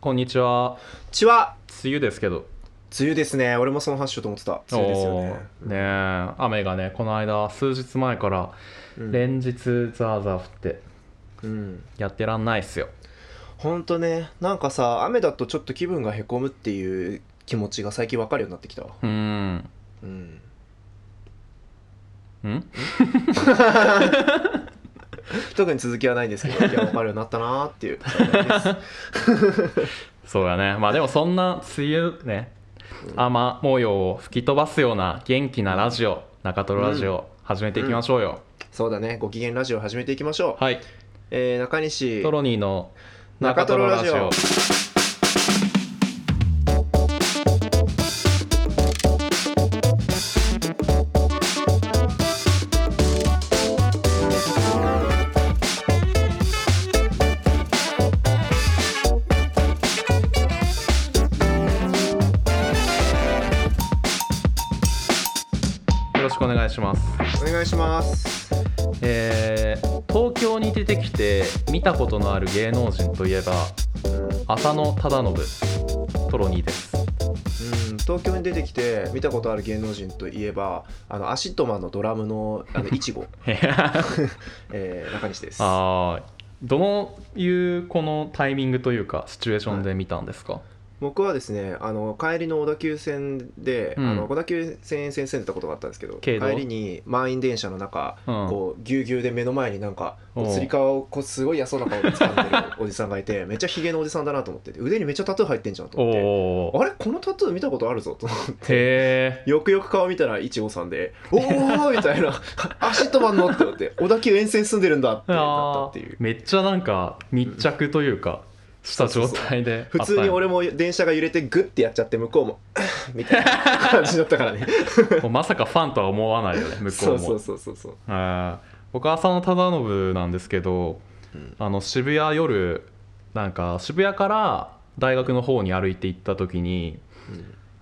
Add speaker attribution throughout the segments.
Speaker 1: こんにちは
Speaker 2: ちは
Speaker 1: 梅雨ですけど
Speaker 2: 梅雨ですね俺もその話しようと思ってた梅雨ですよね
Speaker 1: おーねえ雨がねこの間数日前から
Speaker 2: うん
Speaker 1: 連日ザーザー降って
Speaker 2: うん
Speaker 1: やってらんないっすよ
Speaker 2: ほんとねなんかさ雨だとちょっと気分がへこむっていう気持ちが最近わかるようになってきたわ
Speaker 1: うーん
Speaker 2: うん
Speaker 1: うん
Speaker 2: 特に続きはないんです けど今日わかるようになったなーっていうそうです
Speaker 1: そうやねまあでもそんな梅雨ね雨模様を吹き飛ばすような元気なラジオ中トロラジオ始めていきましょうよ、
Speaker 2: そうだねご機嫌ラジオ始めていきましょう、
Speaker 1: はい
Speaker 2: えー中西
Speaker 1: トロニーの
Speaker 2: 中トロラジオ
Speaker 1: よろしくお願いします
Speaker 2: お願いします
Speaker 1: えー東京に出てきて見たことのある芸能人といえば
Speaker 2: うん
Speaker 1: 浅野忠信トロニーです
Speaker 2: うん、東京に出てきて見たことある芸能人といえばあのアシットマンのドラムのあのいちご、えー中西です
Speaker 1: あーどのいうこのタイミングというかシチュエーションで見たんですか、
Speaker 2: 僕はですねあの帰りの小田急線で、
Speaker 1: うん
Speaker 2: あの小田急線沿線住んでたことがあったんですけど
Speaker 1: けど
Speaker 2: 帰りに満員電車の中、
Speaker 1: うん
Speaker 2: こうぎゅうぎゅうで目の前になんか
Speaker 1: おう
Speaker 2: つり革をこうすごい安そうな顔で掴んでるおじさんがいて めっちゃヒゲのおじさんだなと思ってて腕にめっちゃタトゥー入ってんじゃんと
Speaker 1: お
Speaker 2: 思って
Speaker 1: おー
Speaker 2: あれこのタトゥー見たことあるぞと思 って
Speaker 1: へえ
Speaker 2: よくよく顔見たらいちごさんで 「おお!」みたいな 「足止まんの?」ってなって「小田急沿線住んでるんだ」ってなった
Speaker 1: あ
Speaker 2: っていう
Speaker 1: ーめっちゃなんか密着というかした状態で
Speaker 2: 普通に俺も電車が揺れてグッてやっちゃって向こうも 「みたいな感じだったからね
Speaker 1: あったんやもうまさかファンとは思わないよね向こう
Speaker 2: そ
Speaker 1: も
Speaker 2: うそうそうそうそう
Speaker 1: あー僕浅野忠信なんですけど、
Speaker 2: うん
Speaker 1: あの渋谷夜なんか渋谷から大学の方に歩いて行った時に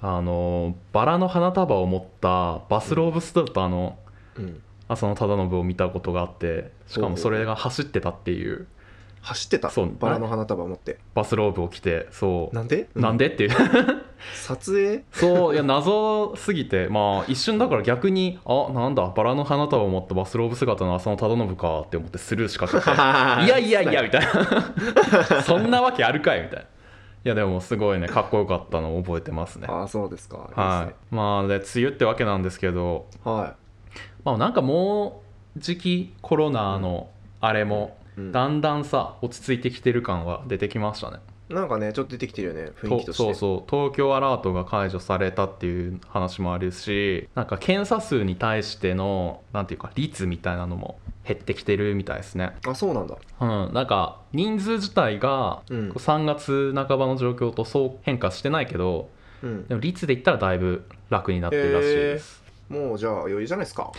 Speaker 1: あのバラの花束を持ったバスローブスターターの
Speaker 2: うん
Speaker 1: 浅野忠信を見たことがあってしかもそれが走ってたっていう
Speaker 2: 走ってた
Speaker 1: そう
Speaker 2: バラの花束持って
Speaker 1: バスローブを着てそう
Speaker 2: なんで
Speaker 1: なん
Speaker 2: で
Speaker 1: でっ ていう
Speaker 2: 撮影
Speaker 1: そういや謎すぎてまあ一瞬だから逆にあなんだバラの花束を持ったバスローブ姿の浅野忠信かって思ってスルーしかけて いやいやいやみたいな そんなわけあるかいみたいないやでもすごいねかっこよかったのを覚えてますね
Speaker 2: ああそうですか
Speaker 1: はいまあで梅雨ってわけなんですけど
Speaker 2: いは
Speaker 1: まあなんかもう時期コロナのあれも
Speaker 2: いうん
Speaker 1: だんだんさ落ち着いてきてる感は出てきましたね
Speaker 2: なんかねちょっと出てきてるよね雰囲気
Speaker 1: と
Speaker 2: として
Speaker 1: そうそう東京アラートが解除されたっていう話もあるしなんか検査数に対してのなんていうか率みたいなのも減ってきてるみたいですね
Speaker 2: あそうなんだ
Speaker 1: うんなんか人数自体が
Speaker 2: うん
Speaker 1: 3月半ばの状況とそう変化してないけど
Speaker 2: うん
Speaker 1: でも率で言ったらだいぶ楽になってるらしいです、
Speaker 2: もうじゃあ余裕じゃないで すか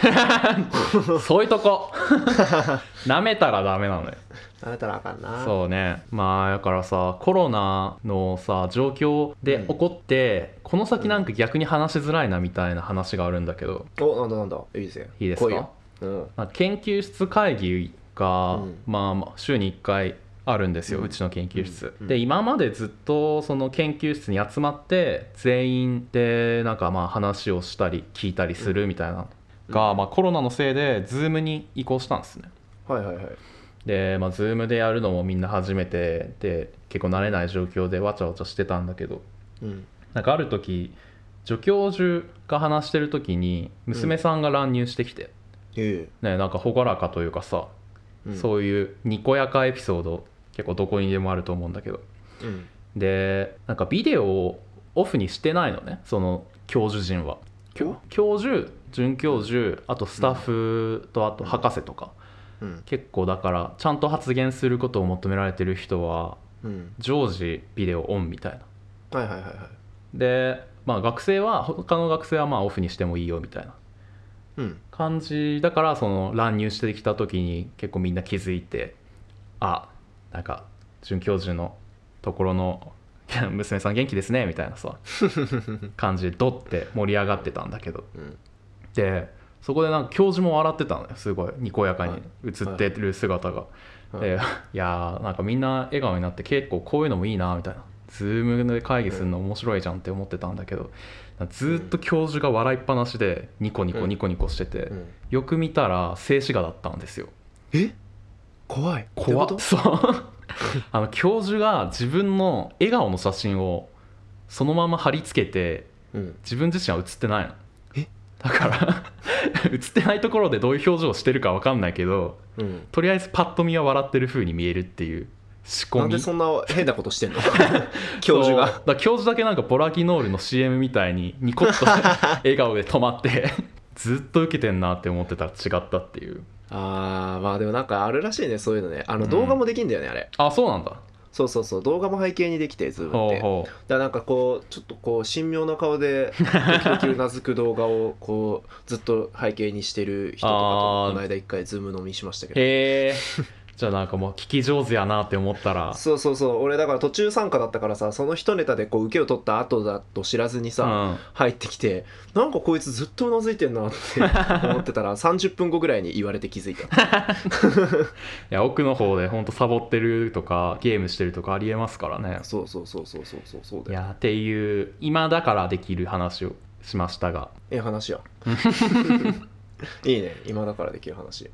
Speaker 1: そういうと こ舐めたらダメなのよ
Speaker 2: あなたらあかんな
Speaker 1: そうねまあだからさコロナのさ状況で起こって、この先なんか逆に話しづらいなみたいな話があるんだけど
Speaker 2: おなんだなんだいいですね
Speaker 1: いいですか
Speaker 2: 来ようん
Speaker 1: まあ研究室会議が、
Speaker 2: うん
Speaker 1: まあまあ週に1回あるんですよ、
Speaker 2: う
Speaker 1: うんちの研究室、
Speaker 2: うん
Speaker 1: で今までずっとその研究室に集まって全員でなんかまあ話をしたり聞いたりするみたいなのが、
Speaker 2: うん
Speaker 1: まあ、コロナのせいで Zoom に移行したんですね
Speaker 2: はいはいはい
Speaker 1: で、まあ、Zoom でやるのもみんな初めてで結構慣れない状況でわちゃわちゃしてたんだけど
Speaker 2: うん
Speaker 1: なんかある時助教授が話してる時に娘さんが乱入してきて、
Speaker 2: え
Speaker 1: ねなんか朗らかというかさ、
Speaker 2: えうん
Speaker 1: そういうにこやかエピソード結構どこにでもあると思うんだけど
Speaker 2: うん
Speaker 1: でなんかビデオをオフにしてないのねその教授陣は
Speaker 2: 今
Speaker 1: 教授准教授あとスタッフとあと博士とか、
Speaker 2: 日うん
Speaker 1: 結構だからちゃんと発言することを求められてる人は
Speaker 2: うん
Speaker 1: 常時ビデオオンみたいな
Speaker 2: はいはいはいはい
Speaker 1: でまあ学生は他の学生はまあオフにしてもいいよみたいな
Speaker 2: うん
Speaker 1: 感じだからその乱入してきた時に結構みんな気づいてあなんか准教授のところの 娘さん元気ですねみたいなさ感じでドッて盛り上がってたんだけど
Speaker 2: うん
Speaker 1: でそこでなんか教授も笑ってたのよすごいにこやか
Speaker 2: は
Speaker 1: に
Speaker 2: い
Speaker 1: 映ってる姿が、
Speaker 2: はい
Speaker 1: でいやーなんかみんな笑顔になって結構こういうのもいいなみたいなズームで会議するの面白いじゃんって思ってたんだけどずっと教授が笑いっぱなしでニコニコ
Speaker 2: うん
Speaker 1: ニコニコしてて
Speaker 2: うん
Speaker 1: よく見たら静止画だったんですよ
Speaker 2: え怖い
Speaker 1: 怖
Speaker 2: どういう
Speaker 1: っそ
Speaker 2: こ
Speaker 1: う あの教授が自分の笑顔の写真をそのまま貼り付けて
Speaker 2: とうん
Speaker 1: 自分自身は写ってないの
Speaker 2: え
Speaker 1: だから 写ってないところでどういう表情をしてるか分かんないけど
Speaker 2: うん
Speaker 1: とりあえずパッと見は笑ってる風に見えるっていう仕込
Speaker 2: なん
Speaker 1: み
Speaker 2: でそんな変なことしてん の教
Speaker 1: そうだ
Speaker 2: 授が
Speaker 1: から教授だけなんかボラギノールの CM みたいにニコッ と笑顔で止まってずっと受けてんなって思ってたら違ったっていう
Speaker 2: あーまあでもなんかあるらしいねそういうのねあ
Speaker 1: う
Speaker 2: の
Speaker 1: ん
Speaker 2: 動画もできんだよね、あれ
Speaker 1: あそうなんだ
Speaker 2: そうそうそう動画も背景にできてズームっ
Speaker 1: ほ
Speaker 2: て
Speaker 1: うほ
Speaker 2: だからなんかこうちょっとこう神妙な顔で時々うなずく動画をこうずっと背景にしてる人とか
Speaker 1: あー
Speaker 2: とこの間一回ズーム飲みしました
Speaker 1: う
Speaker 2: けど
Speaker 1: へえ じゃあなんかもう聞き上手やなって思ったら
Speaker 2: そうそうそう俺だから途中参加だったからさその一ネタでこう受けを取った後だと知らずにさ、
Speaker 1: うん
Speaker 2: 入ってきてなんかこいつずっとうなずいてんなって 思ってたら30分後ぐらいに言われて気づいた
Speaker 1: いや奥の方で本当サボってるとかゲームしてるとかありえますからね
Speaker 2: そうそうそうそうそうそうそう
Speaker 1: い
Speaker 2: だよ
Speaker 1: やっていう今だからできる話をしましたが
Speaker 2: ええ話や いいね今だからできる話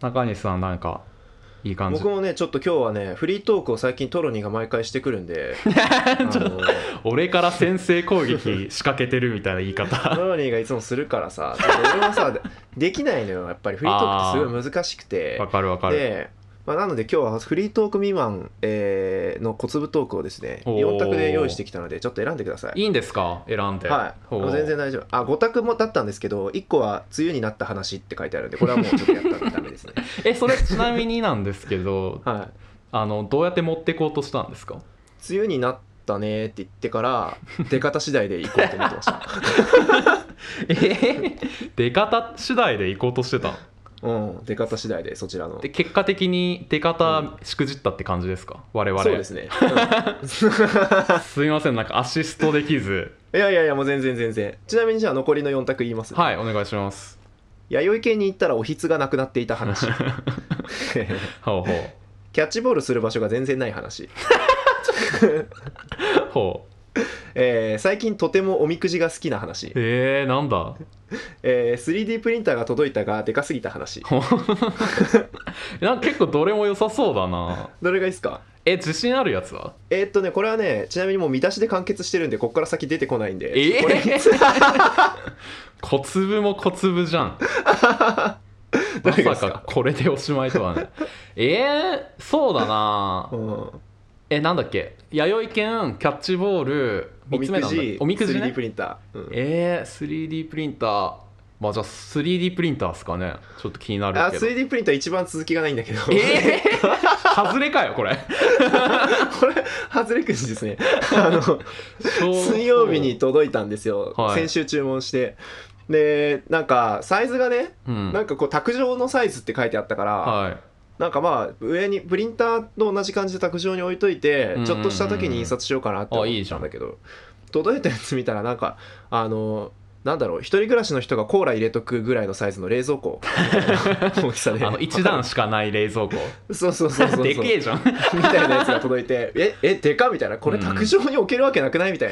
Speaker 1: 中西さんなんかいい感じ
Speaker 2: 僕もねちょっと今日はねフリートークを最近トロニーが毎回してくる んであの
Speaker 1: 俺から先制攻撃仕掛けてるみたいな言い 方
Speaker 2: トロニーがいつもするからさちょっと俺 もさできないのよやっぱりフリートークってすごい難しくて
Speaker 1: わかるわかる
Speaker 2: で、まあ、なので今日はフリートーク未満、えーの小粒トークをですね
Speaker 1: おー
Speaker 2: 4択で用意してきたのでちょっと選んでください
Speaker 1: いいんですか選んで
Speaker 2: はい、
Speaker 1: ほう
Speaker 2: 全然大丈夫あ5択もだったんですけど1個は「梅雨になった話」って書いてあるんでこれは もうちょっとやったらダメですね
Speaker 1: えそれちなみになんですけど
Speaker 2: はい
Speaker 1: あのどうやって持ってこうとしたんですか
Speaker 2: 「梅雨になったね」って言ってから出方次第で行こうと思ってました
Speaker 1: え出方次第で行こうとしてたの
Speaker 2: うん出方次第でそちらの
Speaker 1: で結果的に出方しくじったって感じですか我々
Speaker 2: そうですね、
Speaker 1: すいませんなんかアシストでき ず
Speaker 2: うんいやいやいやもう全然全然ちなみにじゃあ残りの4択言います、
Speaker 1: はいお願いします
Speaker 2: 弥生県に行ったらおひつがなくなってい た話
Speaker 1: ほうほ
Speaker 2: キャッチボールする場所が全然ない話、
Speaker 1: うほう
Speaker 2: えー最近とてもおみくじが好きな話、
Speaker 1: えー、なんだ
Speaker 2: えー 3D プリンターが届いたがでかすぎた話
Speaker 1: ほうなんか結構どれも良さそうだな
Speaker 2: どれがいいですか
Speaker 1: え自信あるやつは
Speaker 2: えーっとねこれはねちなみにもう見出しで完結してるんでここから先出てこないんで
Speaker 1: え
Speaker 2: これ
Speaker 1: 小粒も小粒じゃんま
Speaker 2: 誰が
Speaker 1: さ
Speaker 2: ですか
Speaker 1: かこれでおしまいとはねえー、そうだな
Speaker 2: うん
Speaker 1: えなんだっけ弥生犬キャッチボール
Speaker 2: お
Speaker 1: 3
Speaker 2: み
Speaker 1: つ目
Speaker 2: く
Speaker 1: なんだ
Speaker 2: じ
Speaker 1: おみくじ
Speaker 2: 3D
Speaker 1: ね
Speaker 2: プリンター、うん
Speaker 1: えー、3D プリンターまあじゃあ 3D プリンターっすかねちょっと気にな
Speaker 2: あ
Speaker 1: るけど
Speaker 2: 3D プリンター一番続きがないんだけど、
Speaker 1: えー、外れかよこれ
Speaker 2: これ 外れく じですねあの水曜日に、届いたんですよ、
Speaker 1: はい
Speaker 2: 先週注文してでなんかサイズがね
Speaker 1: うん、
Speaker 2: なんかこう卓上のサイズって書いてあったから、
Speaker 1: はい
Speaker 2: なんかまあ上にプリンターと同じ感じで卓上に置いといて
Speaker 1: うんうん
Speaker 2: ちょっとした時に印刷しようかなって思
Speaker 1: あいい
Speaker 2: っ
Speaker 1: じ
Speaker 2: た
Speaker 1: ゃん
Speaker 2: んだけど届いたやつ見たらなんかあのなんだろう一人暮らしの人がコーラ入れとくぐらいのサイズの冷蔵庫みたいな大きさで
Speaker 1: あの1段しかない冷蔵庫
Speaker 2: そうそうそうそうそう
Speaker 1: でけえじゃん
Speaker 2: みたいなやつが届いてええでかっみたいなこれ卓上に置けるわけなくないみたい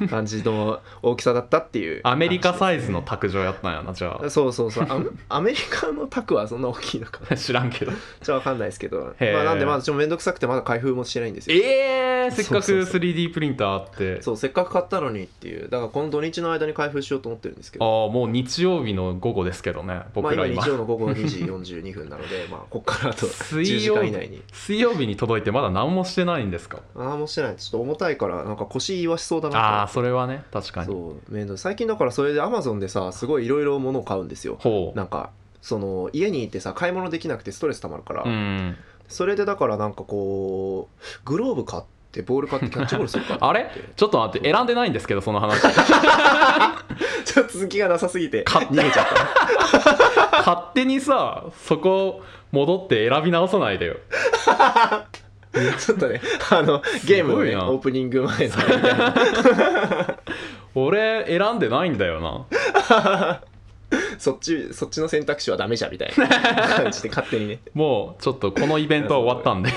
Speaker 2: な 感じの大きさだったっていう
Speaker 1: アメリカサイズの卓上やったんやなじゃ
Speaker 2: そうそうそうあアメリカの卓はそんな大きいのか
Speaker 1: あ知らんけど
Speaker 2: じゃあわかんないですけど、
Speaker 1: へー
Speaker 2: まあ、なんでまだちょっと面倒くさくてまだ開封もしてないんですよ
Speaker 1: えー、せっかく
Speaker 2: そうそうそ
Speaker 1: 3D プリンターあって
Speaker 2: そうせっかく買ったのにっていうだからこの土日の間に開封しようと思ってるんですけ
Speaker 1: あ
Speaker 2: ど
Speaker 1: あもう日曜日の午後ですけどね
Speaker 2: ま
Speaker 1: 僕
Speaker 2: あ、
Speaker 1: ら
Speaker 2: 今
Speaker 1: 今,、
Speaker 2: 日曜の午後2時42分なの でまあこっからあと10
Speaker 1: 水
Speaker 2: 時
Speaker 1: 曜
Speaker 2: 間
Speaker 1: 日
Speaker 2: 以内に
Speaker 1: 水曜日に届いてまだ何もしてないんですか
Speaker 2: ああもうしてないちょっと重たいからなんか腰言わしそうだ
Speaker 1: ああ
Speaker 2: な
Speaker 1: それはね確か
Speaker 2: と
Speaker 1: に
Speaker 2: そう面倒最近だからそれでアマゾンでさすごいいろいろ物を買うんですよ
Speaker 1: ほう
Speaker 2: なんかその家にいてさ買い物できなくてストレス溜まるから、
Speaker 1: うん
Speaker 2: それでだからなんかこうグローブ買ってボール買ってキャッチボールするか
Speaker 1: あれちょっと待って選んでないんですけどその話
Speaker 2: ちょっと続きがなさすぎて
Speaker 1: 勝
Speaker 2: 逃げちゃった
Speaker 1: 勝手にさそこ戻って選び直さないでよ
Speaker 2: ちょっとね、あの、ゲームの
Speaker 1: すごい
Speaker 2: ね、
Speaker 1: な
Speaker 2: オープニング前の、
Speaker 1: 俺選んでないんだよな
Speaker 2: そっち、そっちの選択肢はダメじゃみたい な感じで勝手にね。
Speaker 1: もうちょっとこのイベントは終わったんで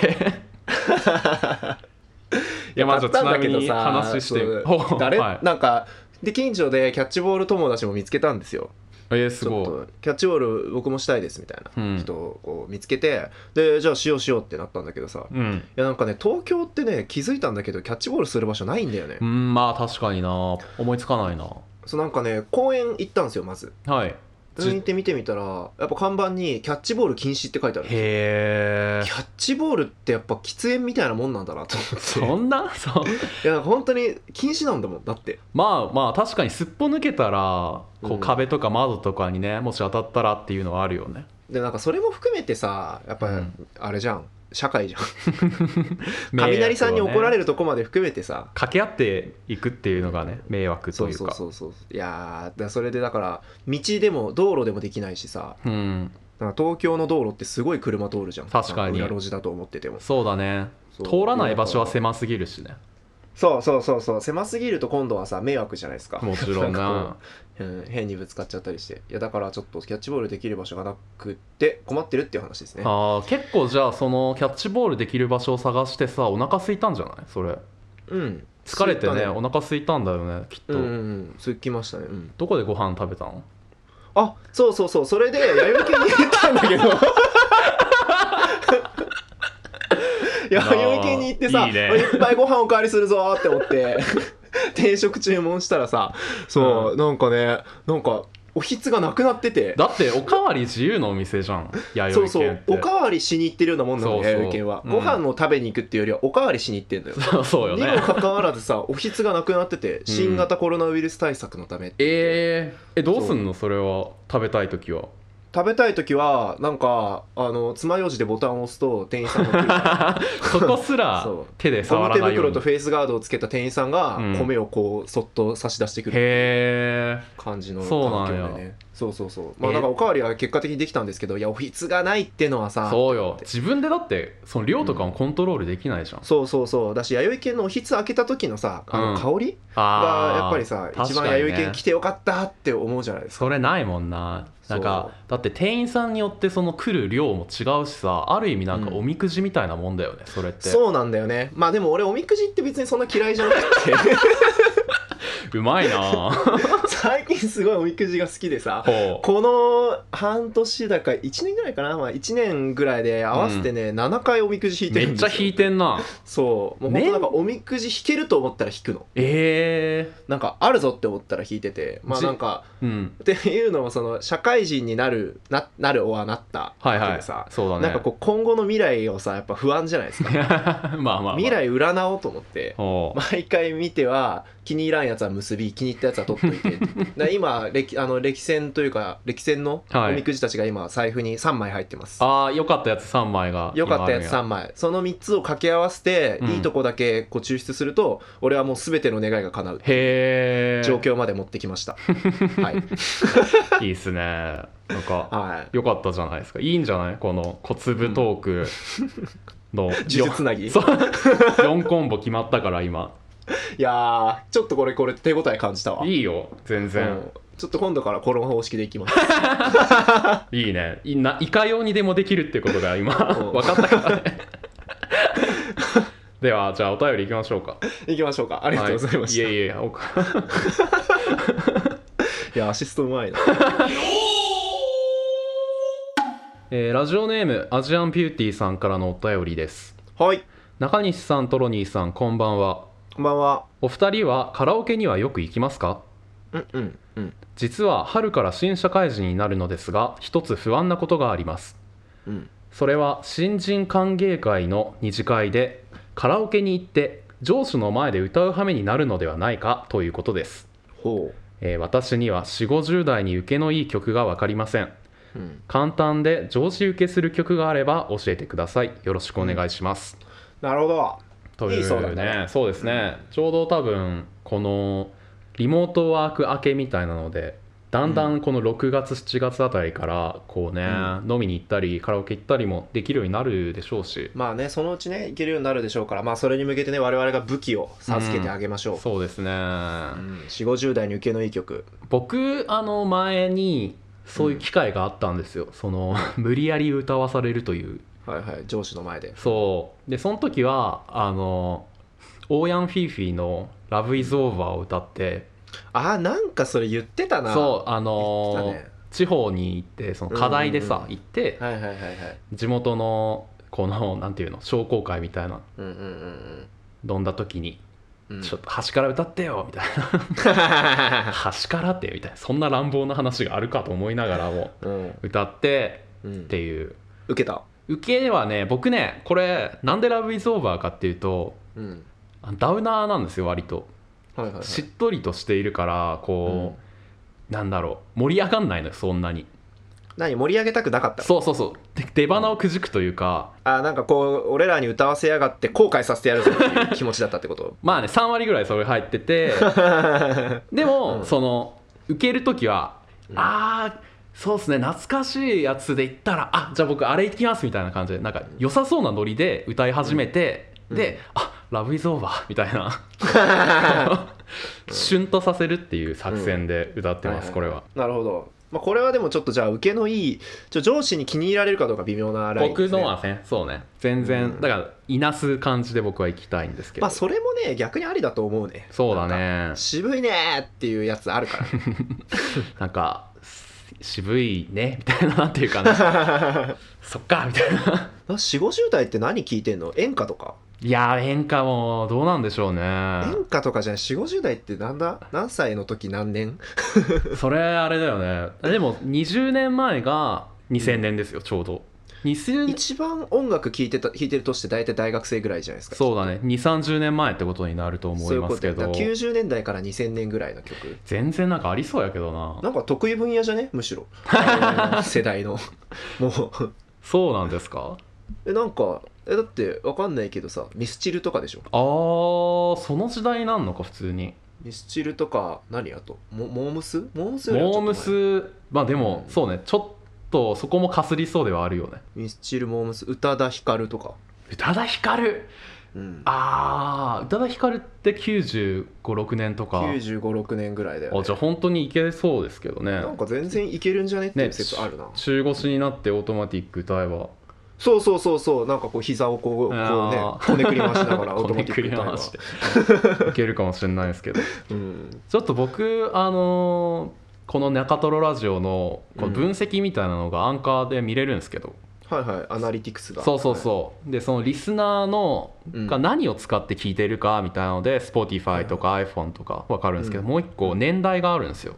Speaker 1: いやまあちょっとちな
Speaker 2: 買ったんだ
Speaker 1: み
Speaker 2: けど
Speaker 1: に
Speaker 2: さ
Speaker 1: 話して
Speaker 2: そう
Speaker 1: ほう
Speaker 2: 誰、
Speaker 1: はい
Speaker 2: なんかで近所でキャッチボール友達も見つけたんですよ
Speaker 1: えー、すごい
Speaker 2: ちょっとキャッチボール僕もしたいですみたい
Speaker 1: うん
Speaker 2: な人をこう見つけて、でじゃあしようしようってなったんだけどさ、い
Speaker 1: うん
Speaker 2: やなんかね東京ってね気づいたんだけどキャッチボールする場所ないんだよね、
Speaker 1: うんまあ確かにな思いつかないな
Speaker 2: そうなんかね公園行ったんですよまず
Speaker 1: はい
Speaker 2: 公園行って見てみたらやっぱ看板に「キャッチボール禁止」って書いてある
Speaker 1: へえ
Speaker 2: キャッチボールってやっぱ喫煙みたいなもんなんだなと思
Speaker 1: そ
Speaker 2: っ
Speaker 1: んなそう
Speaker 2: ていやなんか本当に禁止なんだもんだって
Speaker 1: まあまあ確かにすっぽ抜けたらこ
Speaker 2: うん
Speaker 1: う壁とか窓とかにねもし当たったらっていうのはあるよね
Speaker 2: でなんかそれも含めてさやっ
Speaker 1: う
Speaker 2: ぱ
Speaker 1: ん
Speaker 2: あれじゃん社会 じゃん雷さんに怒られ
Speaker 1: る
Speaker 2: るとこまで含めてさ
Speaker 1: 掛け合っていくっていうのがね迷惑
Speaker 2: そ
Speaker 1: と
Speaker 2: う
Speaker 1: いう
Speaker 2: そう
Speaker 1: か
Speaker 2: そうそういやーだそれでだから道でも道路でもできないしさ
Speaker 1: うん
Speaker 2: なんか東京の道路ってすごい車通るじゃん
Speaker 1: 確かに
Speaker 2: なん裏路地だと思ってても
Speaker 1: そうだね
Speaker 2: そう
Speaker 1: 通らない場所は狭すぎるしね
Speaker 2: そうそうそうそう狭すぎると今度はさ迷惑じゃないですか
Speaker 1: もちろん
Speaker 2: なん
Speaker 1: な
Speaker 2: かこううん、変にぶつかっちゃったりしていやだからちょっとキャッチボールできる場所がなくって困ってるっていう話ですね
Speaker 1: あー結構じゃあそのキャッチボールできる場所を探してさお腹空いたんじゃないそれ
Speaker 2: うん
Speaker 1: 疲れて
Speaker 2: そうい
Speaker 1: ね
Speaker 2: った
Speaker 1: お腹空いたんだよねきっと、
Speaker 2: うんうんうんそうきましたねうん
Speaker 1: どこでご飯食べたの
Speaker 2: あそうそうそうそれで弥生県に 行ったんだけど弥生県に行ってさ
Speaker 1: いいね
Speaker 2: いっぱいご飯おかわりするぞーって思って 定食注文したらさそう、
Speaker 1: う
Speaker 2: なんかねなんかおひつがなくなってて
Speaker 1: だっておかわり自由のお店じゃん弥
Speaker 2: そう
Speaker 1: 生
Speaker 2: そ
Speaker 1: 県っ
Speaker 2: う
Speaker 1: て
Speaker 2: おかわりしに行ってるようなもんなの
Speaker 1: そうそう
Speaker 2: 弥生県は、
Speaker 1: うん
Speaker 2: ご飯を食べに行くっていうよりはおかわりしに行ってんだよ
Speaker 1: そう そうよ
Speaker 2: にも
Speaker 1: ね
Speaker 2: かかわらずさおひつがなくなってて新型コロナウイルス対策のためって言って
Speaker 1: えー、えどうすんのそれは食べたい時は
Speaker 2: 食べたい時はなんかあの爪楊枝でボタンを押すと店員さんが来るから
Speaker 1: そこすら
Speaker 2: そう
Speaker 1: 手で
Speaker 2: ゴ
Speaker 1: 触
Speaker 2: ム
Speaker 1: ら
Speaker 2: 手
Speaker 1: ないよう
Speaker 2: 袋
Speaker 1: に
Speaker 2: とフェイスガードをつけた店員さんが
Speaker 1: うん
Speaker 2: 米をこうそっと差し出してくる
Speaker 1: へえ
Speaker 2: 感じの環
Speaker 1: そうなんや
Speaker 2: 境でねそうそうそうまあ
Speaker 1: え
Speaker 2: なんかおかわりは結果的にできたんですけどいやおひつがないってのはさ
Speaker 1: そうよ自分でだってその量とかもコントロールできないじゃん、
Speaker 2: そうそうそうだし弥生県のおひつ開けた時のさあの
Speaker 1: う
Speaker 2: 香り
Speaker 1: あ
Speaker 2: が
Speaker 1: ー
Speaker 2: やっぱりさ一
Speaker 1: 確
Speaker 2: 番
Speaker 1: かにね
Speaker 2: 弥生県来てよかったって思うじゃないですか
Speaker 1: それないもんななんかだって店員さんによってその来る量も違うしさある意味なんか
Speaker 2: うん
Speaker 1: おみくじみたいなもんだよね、それってう
Speaker 2: そうなんだよねまあでも俺おみくじって別にそんな嫌いじゃなくて
Speaker 1: まいなほ
Speaker 2: 最近すごいおみくじが好きでさ
Speaker 1: う
Speaker 2: この半年だか1年ぐらいかな、まあ、1年ぐらいで合わせてね、7回おみくじ引いて
Speaker 1: め
Speaker 2: るん
Speaker 1: っ
Speaker 2: で
Speaker 1: ち
Speaker 2: す
Speaker 1: ゃ
Speaker 2: よ
Speaker 1: 引いてんな
Speaker 2: そうもう本当なんかおみくじ引けると思ったら引くの
Speaker 1: え
Speaker 2: なんかあるぞって思ったら引いててまあ
Speaker 1: じ
Speaker 2: なんか
Speaker 1: えうん
Speaker 2: っていうのもその社会人になるななるおはなった
Speaker 1: はいは
Speaker 2: わけ
Speaker 1: い
Speaker 2: でさ、
Speaker 1: そうだね
Speaker 2: なんかこう今後の未来をさやっぱ不安じゃないですか
Speaker 1: まあまあ、まあ、
Speaker 2: 未来占おうと思って
Speaker 1: おう
Speaker 2: 毎回見ては気に入らんやつは結び気に入ったやつは取っとい てだから今歴あの歴戦というか歴戦の
Speaker 1: は
Speaker 2: お
Speaker 1: い
Speaker 2: みくじたちが今財布に3枚入ってます、
Speaker 1: ああよかったやつ3枚が
Speaker 2: よかったやつ3枚その3つを掛け合わせて、
Speaker 1: うん
Speaker 2: いいとこだけこう抽出すると俺はもう全ての願いが叶う
Speaker 1: へえ
Speaker 2: 状況まで持ってき ましたはい、
Speaker 1: いいっすねなんか
Speaker 2: はい、
Speaker 1: よかったじゃないですかいいんじゃないこの小粒トークの
Speaker 2: 呪術つなぎい
Speaker 1: そう4コンボ決まったから今
Speaker 2: やーちょっとこれこれ手応え感じたわ
Speaker 1: いいよ全
Speaker 2: う
Speaker 1: 然、
Speaker 2: んちょっと今度からこの方式でい きます
Speaker 1: いいねいないかようにでもできるってことが今
Speaker 2: うん
Speaker 1: 分かったからね ではじゃあお便りいきましょうかあ
Speaker 2: いきましょうかありがとうございました、
Speaker 1: い、
Speaker 2: い、
Speaker 1: えいえおか
Speaker 2: やアシストうまいな
Speaker 1: えーラジオネームアジアンビューティーさんからのお便りです
Speaker 2: はい
Speaker 1: 中西さんトロニーさんこんばんは
Speaker 2: こんばんは
Speaker 1: お二人はカラオケにはよく行きますか
Speaker 2: うんうんうん
Speaker 1: 実は春から新社会人になるのですが一つ不安なことがあります
Speaker 2: うん
Speaker 1: それは新人歓迎会の二次会でカラオケに行って上司の前で歌う羽目になるのではないかということです、
Speaker 2: ほ
Speaker 1: えー私には4 5 0代に受けのいい曲が分かりません
Speaker 2: う、うん、
Speaker 1: 簡単で上司受けする曲があれば教えてくださいよろしくお願いします、
Speaker 2: なるほど
Speaker 1: という
Speaker 2: いいそうだね
Speaker 1: ねそうですね、ちょうど多分このリモートワーク明けみたいなのでだんだんこの6月7月あたりからこうね、飲みに行ったりカラオケ行ったりもできるようになるでしょうし
Speaker 2: まあねそのうちねいけるようになるでしょうからまあそれに向けてね我々が武器を授けてあげましょう、
Speaker 1: そうですね、
Speaker 2: うん、4 5 0代に受けのいい曲
Speaker 1: 僕あの前にそういう機会があったんですよ、その 無理やり歌わされるという
Speaker 2: はいはい上司の前で
Speaker 1: そうでその時はあのオーヤン・フィーフィーの「ラブ・イズ・オーバー」を歌って
Speaker 2: あーなんかそれ言ってたな
Speaker 1: そうあ
Speaker 2: 言ってた
Speaker 1: のー
Speaker 2: ね
Speaker 1: 地方に行ってその課題で
Speaker 2: うん
Speaker 1: さ
Speaker 2: うんう
Speaker 1: 行って
Speaker 2: はいはいはいはい
Speaker 1: 地元のこのなんていうの商工会みたいな
Speaker 2: うんうんうん
Speaker 1: 飲んだ時に
Speaker 2: うんうん
Speaker 1: ちょっと端から歌ってよみたいな 端からってみたいなそんな乱暴な話があるかと思いながらも
Speaker 2: うん
Speaker 1: 歌って
Speaker 2: うん
Speaker 1: っていう
Speaker 2: 受けた
Speaker 1: 受けはね僕ねこれなんで「ラブ・イズ・オーバー」かっていうと
Speaker 2: うん
Speaker 1: あダウナーなんですよ割と
Speaker 2: はいはいはい
Speaker 1: しっとりとしているからこ
Speaker 2: う
Speaker 1: うなんだろう盛り上がんないのよそんなに
Speaker 2: 何盛り上げたくなかった
Speaker 1: そうそうそうで出花をくじくというか
Speaker 2: あーなんかこう俺らに歌わせやがって後悔させてやるぞっていう気持ちだったってこと
Speaker 1: まあね3割ぐらいそれ入っててでも、
Speaker 2: うん
Speaker 1: その受ける時は、
Speaker 2: うん
Speaker 1: ああそうですね懐かしいやつで言ったらあじゃあ僕あれ行きますみたいな感じでなんか良さそうなノリで歌い始めて、
Speaker 2: うん
Speaker 1: で「あラブイズオーバー」みたいな シュンとさせるっていう作戦で歌ってます、
Speaker 2: うん
Speaker 1: これは。
Speaker 2: なるほど、まあ、これはでもちょっとじゃあ受けのいいちょ上司に気に入られるかどうか微妙なラインで
Speaker 1: 僕
Speaker 2: す、ね、
Speaker 1: のはねそうね全然、
Speaker 2: うん
Speaker 1: だからいなす感じで僕は行きたいんですけど、
Speaker 2: まあそれもね逆にありだと思うね
Speaker 1: そうだ
Speaker 2: なんか
Speaker 1: ね
Speaker 2: 渋いねーっていうやつあるか
Speaker 1: なんかす渋いねみたいななんていうか な
Speaker 2: ら
Speaker 1: そっかみたいな
Speaker 2: 4 5 0代って何聞いてんの演歌とか
Speaker 1: いやー演歌もどうなんでしょうね
Speaker 2: 演歌とかじゃない4 5 0代ってなんだ何歳の時何年
Speaker 1: それあれだよねでも20年前が2000年ですよちょうど20
Speaker 2: 一番音楽聴いてた聴いてる年って大体大学生ぐらいじゃないですか
Speaker 1: そうだね2 3 0年前ってことになると思
Speaker 2: そう
Speaker 1: い
Speaker 2: いう
Speaker 1: ま
Speaker 2: こ
Speaker 1: す
Speaker 2: と
Speaker 1: け
Speaker 2: だ
Speaker 1: ど
Speaker 2: から90年代から2000年ぐらいの曲
Speaker 1: 全然なんかありそうやけどな
Speaker 2: なんか得意分野じゃねむ しろあの世代の もう
Speaker 1: そうなんですか
Speaker 2: えなんかえだってわかんないけどさミスチルとかでしょ
Speaker 1: あーその時代なんのか普通に
Speaker 2: ミスチルとか何あとモモームスモームスよりはちょ
Speaker 1: モー
Speaker 2: っと前
Speaker 1: ムスまあでも、
Speaker 2: うん
Speaker 1: そうねちょっとそこもかすりそうではあるよね
Speaker 2: ミスチルモームス宇多田ヒカルとか、
Speaker 1: 宇多田ヒカル
Speaker 2: うん、
Speaker 1: あー宇多田ヒカルって956年とかあ
Speaker 2: 956年ぐらいだよ、ね、
Speaker 1: じゃあ本当にいけそうですけどね
Speaker 2: なんか全然いけるんじゃねっていう
Speaker 1: ね
Speaker 2: 説あるな、
Speaker 1: 中腰になってオートマティック歌えば
Speaker 2: そうそうそうそうなんかこう膝をこうこうね
Speaker 1: あー
Speaker 2: こねくり回しな がら
Speaker 1: こねくり
Speaker 2: 歌えば
Speaker 1: 回していけるかもしれないですけど
Speaker 2: うん
Speaker 1: ちょっと僕あのーこの中トロラジオのこ
Speaker 2: うん
Speaker 1: の分析みたいなのがアンカーで見れるんですけど、
Speaker 2: はいはいアナリティクスが
Speaker 1: そうそうそうでそのリスナーの
Speaker 2: うん
Speaker 1: が何を使って聞いてるかみたいなので Spotify とか iPhone とか分かるんですけど
Speaker 2: うん
Speaker 1: もう一個年代があるんですよ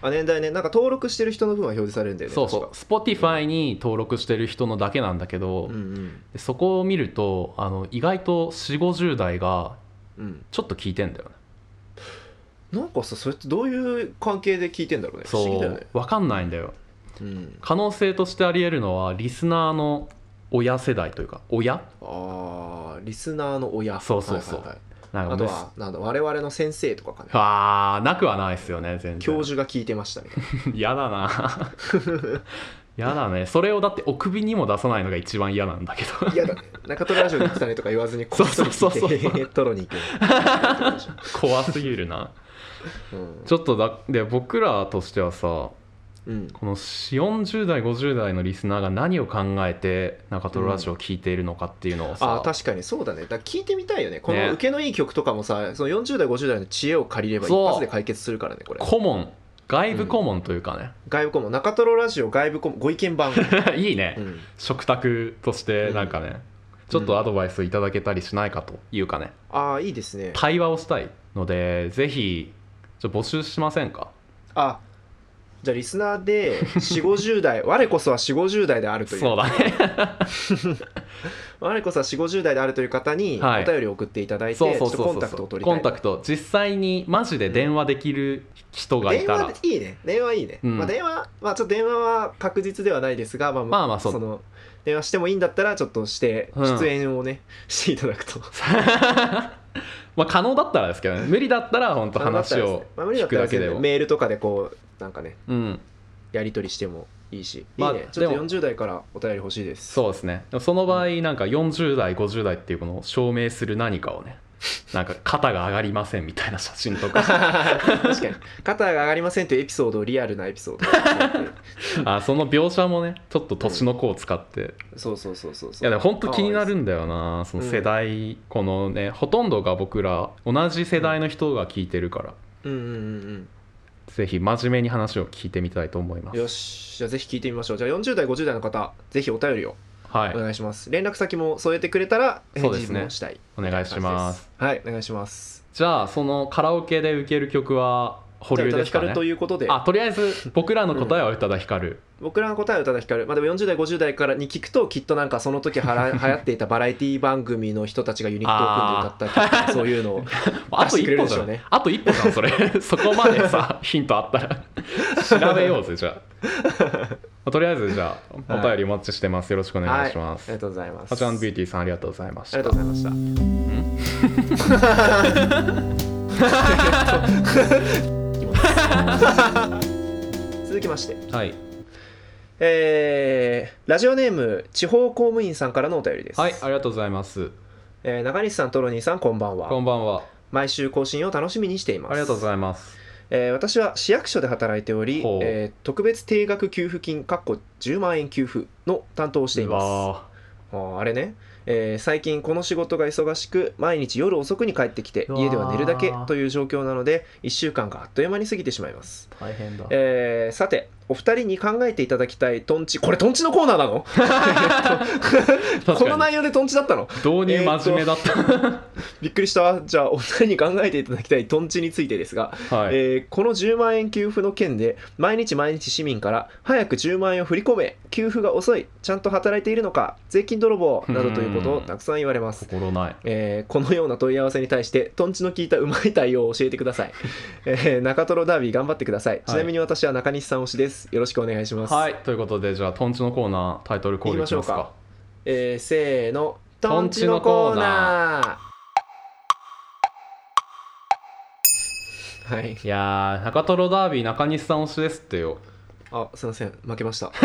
Speaker 2: あ年代ねなんか登録してる人の分は表示されるんだよね
Speaker 1: そうそう Spotify に登録してる人のだけなんだけど
Speaker 2: 確かうん
Speaker 1: でそこを見るとあの意外と4 5 0代が
Speaker 2: うんうん
Speaker 1: ちょっと聞いてんだよね
Speaker 2: なんかさそれってどういう関係で聞いてんだろうね不
Speaker 1: そ
Speaker 2: 思議だよ
Speaker 1: う
Speaker 2: ね
Speaker 1: 分かんないんだよ
Speaker 2: うん
Speaker 1: 可能性としてありえるのはリスナーの親世代というか親
Speaker 2: あーリスナーの親
Speaker 1: そうそうそう
Speaker 2: はいはいはい
Speaker 1: なんか
Speaker 2: あと
Speaker 1: む
Speaker 2: はなんだ我々の先生とかかね
Speaker 1: あーなくはないですよね全然
Speaker 2: 教授が聞いてましたみたいな
Speaker 1: 嫌だな 嫌だねそれをだってお首にも出さないのが一番嫌なんだけど
Speaker 2: 嫌だね中トラジオに来たねとか言わずにこっそり
Speaker 1: そうそうそう
Speaker 2: 聞いて
Speaker 1: そう
Speaker 2: へへへトロに行く、
Speaker 1: 怖すぎるな
Speaker 2: うん
Speaker 1: ちょっとだで僕らとしてはさ
Speaker 2: うん、
Speaker 1: この40代50代のリスナーが何を考えて中トロラジオを聞いているのかっていうのをさ、
Speaker 2: あー確かにそうだねだから聞いてみたいよねこ
Speaker 1: ね
Speaker 2: の受けのいい曲とかもさその40代50代の知恵を借りれば
Speaker 1: そう
Speaker 2: 一発で解決するからねこれ
Speaker 1: 顧問外部顧問というかね、
Speaker 2: 外部顧問中トロラジオ外部顧問ご意見番、
Speaker 1: いいね、
Speaker 2: うん
Speaker 1: 食卓としてなんかね、ちょっとアドバイスいただけたりしないかというかね
Speaker 2: ああいいですね
Speaker 1: 対話をしたいのでぜひちょっと募集しませんか
Speaker 2: あじゃあリスナーで4 5 0 代我こそは4 5 0代であるという
Speaker 1: そうだね
Speaker 2: 我こそは4 5 0代であるという方に
Speaker 1: はい
Speaker 2: お便りを送っていただいて、
Speaker 1: そう
Speaker 2: ちょ
Speaker 1: そう
Speaker 2: っと
Speaker 1: そ
Speaker 2: コン
Speaker 1: う
Speaker 2: タクト
Speaker 1: そ
Speaker 2: を
Speaker 1: う
Speaker 2: 取りた
Speaker 1: コ
Speaker 2: い
Speaker 1: ンタクト実際にマジで電話できる人がい
Speaker 2: 電
Speaker 1: たら、
Speaker 2: 話いいね電話いいね、
Speaker 1: うん
Speaker 2: まあ電話まあちょっと電話は確実ではないですがまあ
Speaker 1: まあまあそう
Speaker 2: の電話してもいいんだったらちょっとして
Speaker 1: うん
Speaker 2: 出演をね、 していただ くと
Speaker 1: まあ可能だったらですけどね無理だったら本当話を
Speaker 2: まあ無理
Speaker 1: 聞
Speaker 2: だっ
Speaker 1: く
Speaker 2: たら
Speaker 1: だ
Speaker 2: です
Speaker 1: け
Speaker 2: ね
Speaker 1: でも、
Speaker 2: メールとかでこうなんかね
Speaker 1: うん
Speaker 2: やり取りしてもいいし、
Speaker 1: まあ
Speaker 2: いいねちょっ
Speaker 1: で
Speaker 2: と
Speaker 1: も
Speaker 2: 40代からお便り欲しいです
Speaker 1: そうですねでもその場合なんか40代50代っていうこの証明する何かをねなんか肩が上がりませんみたいな写真とか
Speaker 2: 確かに肩が上がりませんというエピソードをリアルなエピソードをやって
Speaker 1: あその描写もねちょっと年の子を使って
Speaker 2: そうそうそうそう
Speaker 1: いやでも本当気になるんだよなその世代、このねほとんどが僕ら同じ世代の人が聞いてるから、
Speaker 2: うんうんうん
Speaker 1: ぜひ真面目に話を聞いてみたいと思いま
Speaker 2: うん
Speaker 1: す
Speaker 2: よしじゃあぜひ聞いてみましょうじゃあ40代50代の方ぜひお便りを
Speaker 1: はい
Speaker 2: お願いします、連絡先も添えてくれたら
Speaker 1: そう
Speaker 2: 返
Speaker 1: です
Speaker 2: 事
Speaker 1: ね
Speaker 2: もしたい、
Speaker 1: お願いします
Speaker 2: はいお願いします
Speaker 1: じゃあそのカラオケで受ける曲は保
Speaker 2: じゃあ
Speaker 1: 留
Speaker 2: 宇多田
Speaker 1: です
Speaker 2: ヒ
Speaker 1: か
Speaker 2: カ
Speaker 1: ね
Speaker 2: ルということで
Speaker 1: あとりあえず僕らの答えは宇多田ヒカル
Speaker 2: 僕らの答えは宇多田ヒカル、まあ、でも40代50代からに聞くときっとなんかその時 はら流行っていたバラエティ番組の人たちがユニットを組んで歌ったりとかそういうのを
Speaker 1: あと
Speaker 2: 出してくれ
Speaker 1: 一歩
Speaker 2: る
Speaker 1: じ
Speaker 2: でしょ
Speaker 1: ゃ
Speaker 2: うんね
Speaker 1: あと一歩じゃんそれ そこまでさヒントあったら調べようぜじゃあとりあえずじゃあお便りお待ちしてますよろしくお願いしま
Speaker 2: あり
Speaker 1: す
Speaker 2: がとうございます
Speaker 1: ハチャンビュ
Speaker 2: あ
Speaker 1: ーティーさんありがとうございまし
Speaker 2: り
Speaker 1: た
Speaker 2: がとうございま した 続きまして、
Speaker 1: はい
Speaker 2: えーラジオネーム地方公務員さんからのお便りです、
Speaker 1: はいありがとうございます
Speaker 2: えー中西さんトロニーさんこんばんは
Speaker 1: こんばんは
Speaker 2: 毎週更新を楽しみにしています
Speaker 1: ありがとうご
Speaker 2: います、
Speaker 1: ざいます
Speaker 2: えー私は市役所で働いており
Speaker 1: ほう、
Speaker 2: えー特別定額給付金かっこ10万円給付の担当をしています
Speaker 1: わ
Speaker 2: あーあれね、えー最近この仕事が忙しく毎日夜遅くに帰ってきて
Speaker 1: うわー
Speaker 2: 家では寝るだけという状況なので1週間があっという間に過ぎてしまいます、
Speaker 1: ー大変だ
Speaker 2: えーさてお二人に考えていただきたいトンチこれトンチのコーナーなのこ
Speaker 1: 確
Speaker 2: の
Speaker 1: かに
Speaker 2: 内容でトンチだったの
Speaker 1: 導入真面目だった、
Speaker 2: びっくりしたじゃあお二人に考えていただきたいトンチについてですが、
Speaker 1: はい、
Speaker 2: えーこの10万円給付の件で毎日毎日市民から「早く10万円を振り込め給付が遅いちゃんと働いているのか税金泥棒」などということをたくさん言われます
Speaker 1: 心ない
Speaker 2: えーこのような問い合わせに対してとんちの効いたうまい対応を教えてくだ さい、えー中トロダービー頑張ってください、ちなみに私は中西さん推しですよろしくお願いします、
Speaker 1: はいということでじゃあとんちのコーナータイトルコールいきます
Speaker 2: 行きまし
Speaker 1: か
Speaker 2: えーせーの
Speaker 1: と
Speaker 2: と
Speaker 1: ん
Speaker 2: ん
Speaker 1: ち
Speaker 2: ち
Speaker 1: の
Speaker 2: の
Speaker 1: コ
Speaker 2: コ
Speaker 1: ー
Speaker 2: ー
Speaker 1: ナ
Speaker 2: ナーはい
Speaker 1: いやー中トロダービー中西さん推しですってよ
Speaker 2: あすいません負けました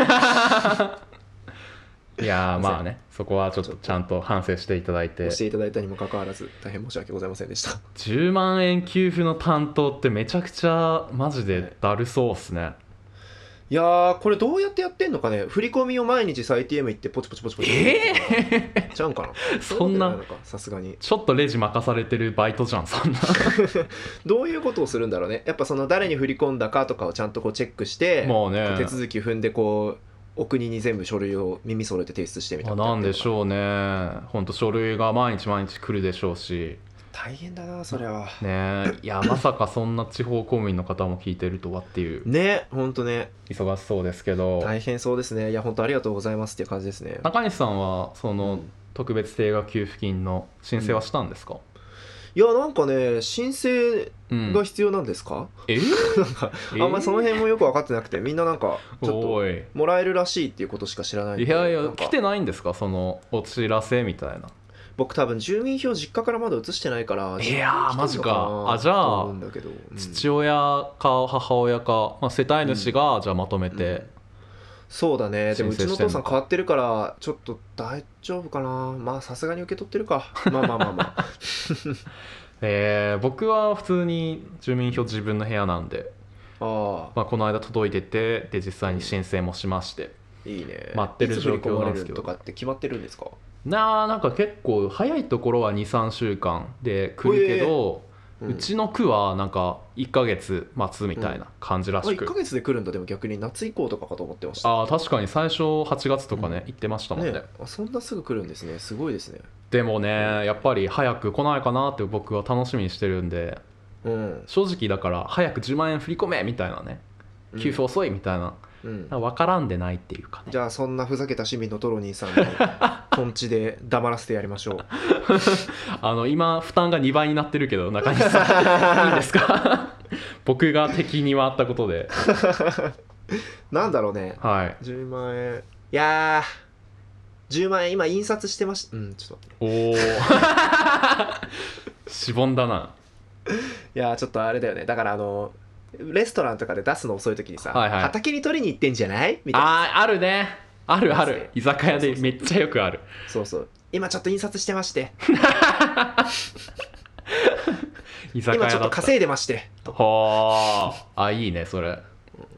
Speaker 1: い やーまあねそこはちょっとちゃんと反省していただいて
Speaker 2: 押していただいたにもかかわらず大変申し訳ございませんでした
Speaker 1: 10万円給付の担当ってめちゃくちゃマジでだるそうっすね
Speaker 2: いやーこれどうやってやってんのかね振り込みを毎日サイ TM 行ってポチポチポチポチ
Speaker 1: え
Speaker 2: えちゃうんかな
Speaker 1: そん
Speaker 2: うい
Speaker 1: な
Speaker 2: うことじゃいのかさすがに
Speaker 1: ちょっとレジ任されてるバイトじゃんそんな
Speaker 2: どういうことをするんだろうねやっぱその誰に振り込んだかとかをちゃんとこうチェックして
Speaker 1: もうね
Speaker 2: 手続き踏んでこうお国に全部書類を耳揃えて提出してみたいな
Speaker 1: なんでしょうねほんと書類が毎日毎日来るでしょうし
Speaker 2: 大変だなそれは
Speaker 1: ねい やまさかそんな地方公務員の方も聞いてるとはっていう
Speaker 2: ねほんとね
Speaker 1: 忙しそうですけど
Speaker 2: 大変そうですねいやほんとありがとうございますっていう感じですね
Speaker 1: 中西さんはそうの
Speaker 2: ん
Speaker 1: 特別定額給付金の申請はしたんですか、
Speaker 2: いやなんかね申請
Speaker 1: うん
Speaker 2: が必要なんですか、
Speaker 1: え
Speaker 2: なんか あんまその辺もよく分かってなくてみんななんかちょっと
Speaker 1: おい
Speaker 2: もらえるらしいっていうことしか知らないんで
Speaker 1: いやいや
Speaker 2: なんか
Speaker 1: 来てないんですかそのお知らせみたいな
Speaker 2: 僕多分住民票実家からまだ移してないから
Speaker 1: いやー
Speaker 2: 住民票来てんのな
Speaker 1: マジかあじゃあ
Speaker 2: と思うんだけどうん
Speaker 1: 父親か母親か、まあ、世帯主がじゃあまとめて、
Speaker 2: そうだねでもう
Speaker 1: 申請
Speaker 2: ちの
Speaker 1: してんの
Speaker 2: お父さん変わってるからちょっと大丈夫かなまあさすがに受け取ってるか まあまあまあまあ
Speaker 1: えー僕は普通に住民票自分の部屋なんで、
Speaker 2: ああ
Speaker 1: まあ、この間届いててで実際に申請もしまして、
Speaker 2: いいね
Speaker 1: 待ってる状況なんですけど
Speaker 2: いつ振り込まれるとかって決まってるんですか
Speaker 1: なあなんか結構早いところは23週間で来るけど、うちの区はなんか1ヶ月待つみたいな感じらし
Speaker 2: 1
Speaker 1: く、
Speaker 2: か月で来るんだでも逆に夏以降とかかと思ってました
Speaker 1: ああ確かに最初8月とかね、行ってましたもんね
Speaker 2: ねあそんなすぐ来るんですねすごいですね
Speaker 1: でもねやっぱり早く来ないかなって僕は楽しみにしてるんで
Speaker 2: うん
Speaker 1: 正直だから早く10万円振り込めみたいなね給付遅いみたいな、
Speaker 2: うん
Speaker 1: わ分からんでないっていうかね
Speaker 2: じゃあそんなふざけた市民のトロニーさんのトンチで黙らせてやりましょ う
Speaker 1: あの今負担が2倍になってるけど中西さ んいいですか 僕が敵に回ったことで
Speaker 2: なんだろうね
Speaker 1: はい
Speaker 2: 10万円いやー10万円今印刷してましたうんちょっと待って
Speaker 1: お おしぼんだない
Speaker 2: やーちょっとあれだよねだからあのレストランとかで出すの遅い時にさ、
Speaker 1: はいはい
Speaker 2: 畑に取りに行ってんじゃないみたいな
Speaker 1: あーあるねあるある居酒屋でめっちゃよくある
Speaker 2: そうそう今ちょっと印刷してまして
Speaker 1: 居酒
Speaker 2: 今
Speaker 1: 屋
Speaker 2: ち
Speaker 1: だっ
Speaker 2: ょっと
Speaker 1: た
Speaker 2: 稼いでまして
Speaker 1: はああいいねそれ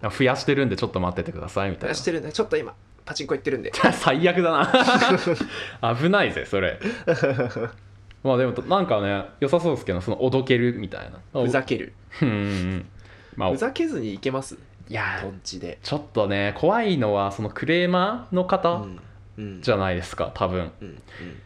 Speaker 1: 増やしてるんでちょっと待っててくださいみたい
Speaker 2: 出
Speaker 1: な
Speaker 2: してるんでちょっと今パチンコ行ってるんで
Speaker 1: 最悪だな 危ないぜそれまあでもなんかね良さそうですけどそのおどけるみたいな
Speaker 2: ふざける
Speaker 1: うんうんうんまあ
Speaker 2: ふざけずに行けます
Speaker 1: いや
Speaker 2: とんちで、
Speaker 1: ちょっとね怖いのはそのクレーマーの
Speaker 2: う
Speaker 1: 方
Speaker 2: んうん、
Speaker 1: じ
Speaker 2: ゃ
Speaker 1: ゃないですか多分
Speaker 2: うんうん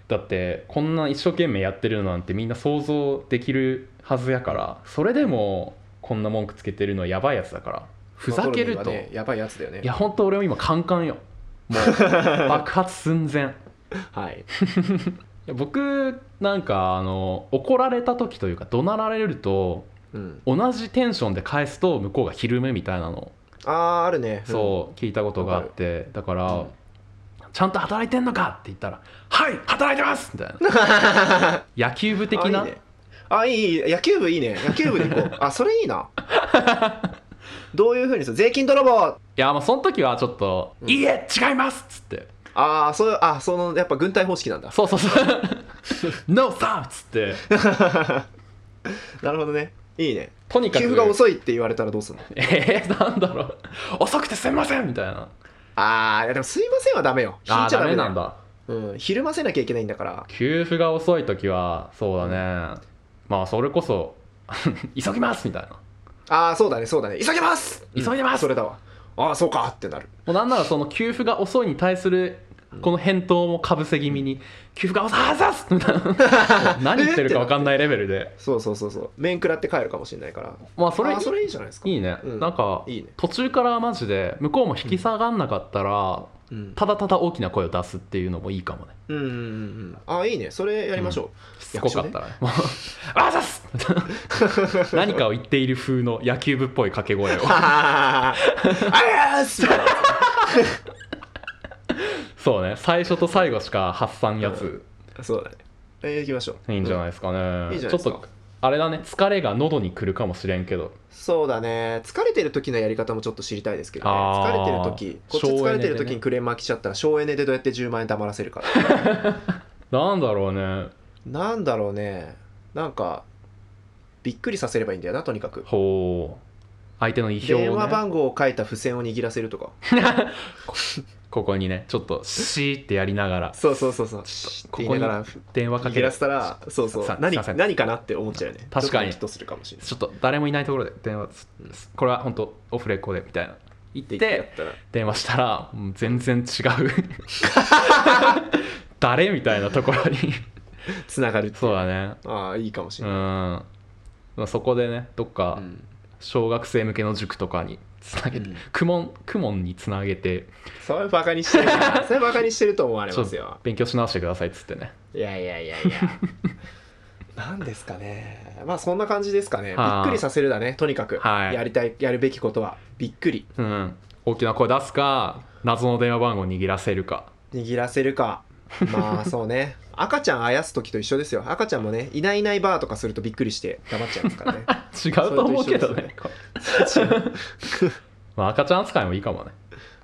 Speaker 1: だってこんな一生懸命やってるのなんてみんな想像できるはずやからそれでもこんな文句つけてるのはやばいやつだからふざける
Speaker 2: まあ
Speaker 1: と、
Speaker 2: コロニーはねやばいやつだよね
Speaker 1: いや本当俺も今カンカンよ もう爆発寸前い
Speaker 2: はい
Speaker 1: や僕なんかあの怒られた時というか怒鳴られると
Speaker 2: うん
Speaker 1: 同じテンションで返すと向こうが昼めみたいなの
Speaker 2: あああるね
Speaker 1: そう聞いたことがあってだか
Speaker 2: う
Speaker 1: ら
Speaker 2: ん
Speaker 1: 「ちゃんと働いてんのか!」って言ったら「はい働いてます!」みたい な野球部的
Speaker 2: あ
Speaker 1: ない
Speaker 2: いねあいいいい野球部いいね野球部で行こ うあそれいいなどういうふうにする税金泥棒
Speaker 1: いやまあその時はちょっと「
Speaker 2: うん
Speaker 1: いいえ違います!」っつって
Speaker 2: ああそうあそのやっぱ軍隊方式なんだ
Speaker 1: そうそう そう「ノーサー!」っつって
Speaker 2: なるほどねいいね
Speaker 1: とにかく
Speaker 2: 給付が遅いって言われたらどうするの
Speaker 1: えー、なんだろう遅くてすみませんみたい な
Speaker 2: ああいやでもすいませんはダメよ引いちゃダメだよ
Speaker 1: なんだ
Speaker 2: うん、ひるませなきゃいけないんだから
Speaker 1: 給付が遅い時はそうだねまあそれこそ 急ぎますみたいなも
Speaker 2: ああそうだねそうだね急ぎます
Speaker 1: 急ぎます
Speaker 2: それだわああそうかってなる
Speaker 1: うなんならその給付が遅いに対するこの返答もかぶせ気味に「給付が遅いです!」みたいなもう 何言ってるか分かんないレベルで
Speaker 2: そうそうそうそう面食らって帰るかもしれないから
Speaker 1: まあそれ
Speaker 2: あーそれいいじゃないですか
Speaker 1: いいね、
Speaker 2: うん
Speaker 1: なんか
Speaker 2: いいね
Speaker 1: 途中からマジで向こうも引き下がんなかったら、
Speaker 2: うん
Speaker 1: ただただ大きな声を出すっていうのもいいかもね
Speaker 2: うんうんうんうんああいいねそれやりましょう、
Speaker 1: しつこかったら ねもう「あざっす!」何かを言っている風の野球部っぽい掛け声を
Speaker 2: ああす
Speaker 1: そうね最初と最後しか発散やつ、
Speaker 2: そうだねえー行きましょう
Speaker 1: い
Speaker 2: い
Speaker 1: いんじゃ
Speaker 2: い、
Speaker 1: ないですかね、
Speaker 2: うんいいじゃ
Speaker 1: ち
Speaker 2: な
Speaker 1: ょ
Speaker 2: い
Speaker 1: っ
Speaker 2: です
Speaker 1: と
Speaker 2: か
Speaker 1: あれだね疲れが喉にくるかもしれんけど
Speaker 2: そうだね疲れてる時のやり方もちょっと知りたいですけど、ね、
Speaker 1: あー
Speaker 2: 疲れてる時こっち
Speaker 1: 省エネ
Speaker 2: 疲れてる
Speaker 1: でね
Speaker 2: 時にクレームー来ちゃったら省エネでどうやって10万円黙らせるか
Speaker 1: なんだろうね
Speaker 2: なんだろうねなんかびっくりさせればいいんだよなとにかく
Speaker 1: ほう相手の意表
Speaker 2: 電
Speaker 1: を
Speaker 2: 話
Speaker 1: ね
Speaker 2: 番号を書いた付箋を握らせるとか
Speaker 1: ここにねちょっとシーってやりながら
Speaker 2: そうそうそうそう
Speaker 1: こ
Speaker 2: こ
Speaker 1: こ
Speaker 2: こ
Speaker 1: に
Speaker 2: ながら
Speaker 1: 電話かけ
Speaker 2: 握
Speaker 1: る
Speaker 2: らせたらそうそう
Speaker 1: さ
Speaker 2: 何
Speaker 1: ささ
Speaker 2: 何かなって思っちゃうよね
Speaker 1: 確かに
Speaker 2: ちょっとドキッとするかもしれない
Speaker 1: ちょっと誰もいないところで電話す
Speaker 2: うん
Speaker 1: これは本当オフレコでみたいな言っ
Speaker 2: って言ってやってたら
Speaker 1: 電話したらもう全 然違う誰みたいなところに
Speaker 2: つながるってい
Speaker 1: そうだね
Speaker 2: ああいいかもし
Speaker 1: う
Speaker 2: れ
Speaker 1: ん
Speaker 2: ない、
Speaker 1: まあそこでねどっ
Speaker 2: う
Speaker 1: か
Speaker 2: ん
Speaker 1: 小学生向けの塾とかにつなげて
Speaker 2: うん
Speaker 1: 苦問苦問につなげて
Speaker 2: それバカにしてるなそれバカにしてると思われますよ
Speaker 1: 勉強し直してくださいっつってね
Speaker 2: いやいやいやいやなんですかねまあそんな感じですかねび
Speaker 1: はあ
Speaker 2: っくりさせるだねとにかく、
Speaker 1: はい
Speaker 2: やりたいやるべきことはびっくり
Speaker 1: うん大きな声出すか謎の電話番号握らせるか
Speaker 2: 握らせるかまあそうね赤ちゃんあやす時と一緒ですよ赤ちゃんもねいないいないバーとかするとびっくりして黙っちゃいますからね
Speaker 1: 違うと思うけど
Speaker 2: それと一緒
Speaker 1: ね
Speaker 2: で違う
Speaker 1: まあ赤ちゃん扱いもいいかもね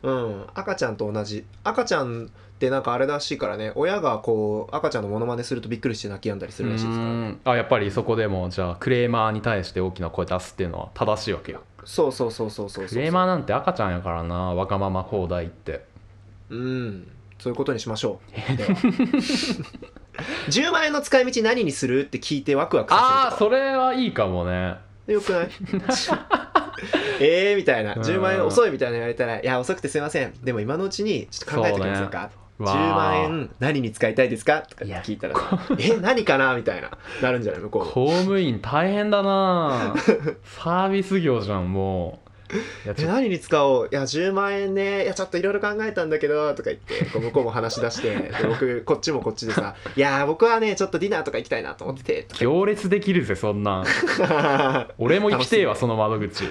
Speaker 2: うん赤ちゃんと同じ赤ちゃんってなんかあれらしいからね親がこう赤ちゃんのモノマネするとびっくりして泣き止んだりするらしいですから
Speaker 1: うーんあやっぱりそこでもじゃあクレーマーに対して大きな声出すっていうのは正しいわけよ
Speaker 2: そうそうそうそうそうそう
Speaker 1: クレーマーなんて赤ちゃんやからなわがまま放題って
Speaker 2: うんそういうことにしましょうでは10万円の使い道何にするって聞いてワクワク
Speaker 1: あ
Speaker 2: さ
Speaker 1: あ
Speaker 2: せ
Speaker 1: そ
Speaker 2: る
Speaker 1: れはいいかもね
Speaker 2: とよくない えーみたいな
Speaker 1: うん
Speaker 2: 10万円遅いみたいな言われたら「いや遅くてすいませんでも今のうちにちょっと考えておきませんか
Speaker 1: うわー
Speaker 2: 10万円何に使いたいですか?」とかって聞いたらさ「え何かな?」みたいななるんじゃない向こうも
Speaker 1: 公務員大変だ なサービス業じゃんもういやち
Speaker 2: え
Speaker 1: ょ
Speaker 2: 何に使おういや10万円ねいやちょっといろいろ考えたんだけどとか言ってこう向こうも話し出してで僕こっちもこっちでさいや僕はねちょっとディナーとか行きたいなと思っててとか
Speaker 1: 行列できるぜそんなん俺も行きてえわその窓口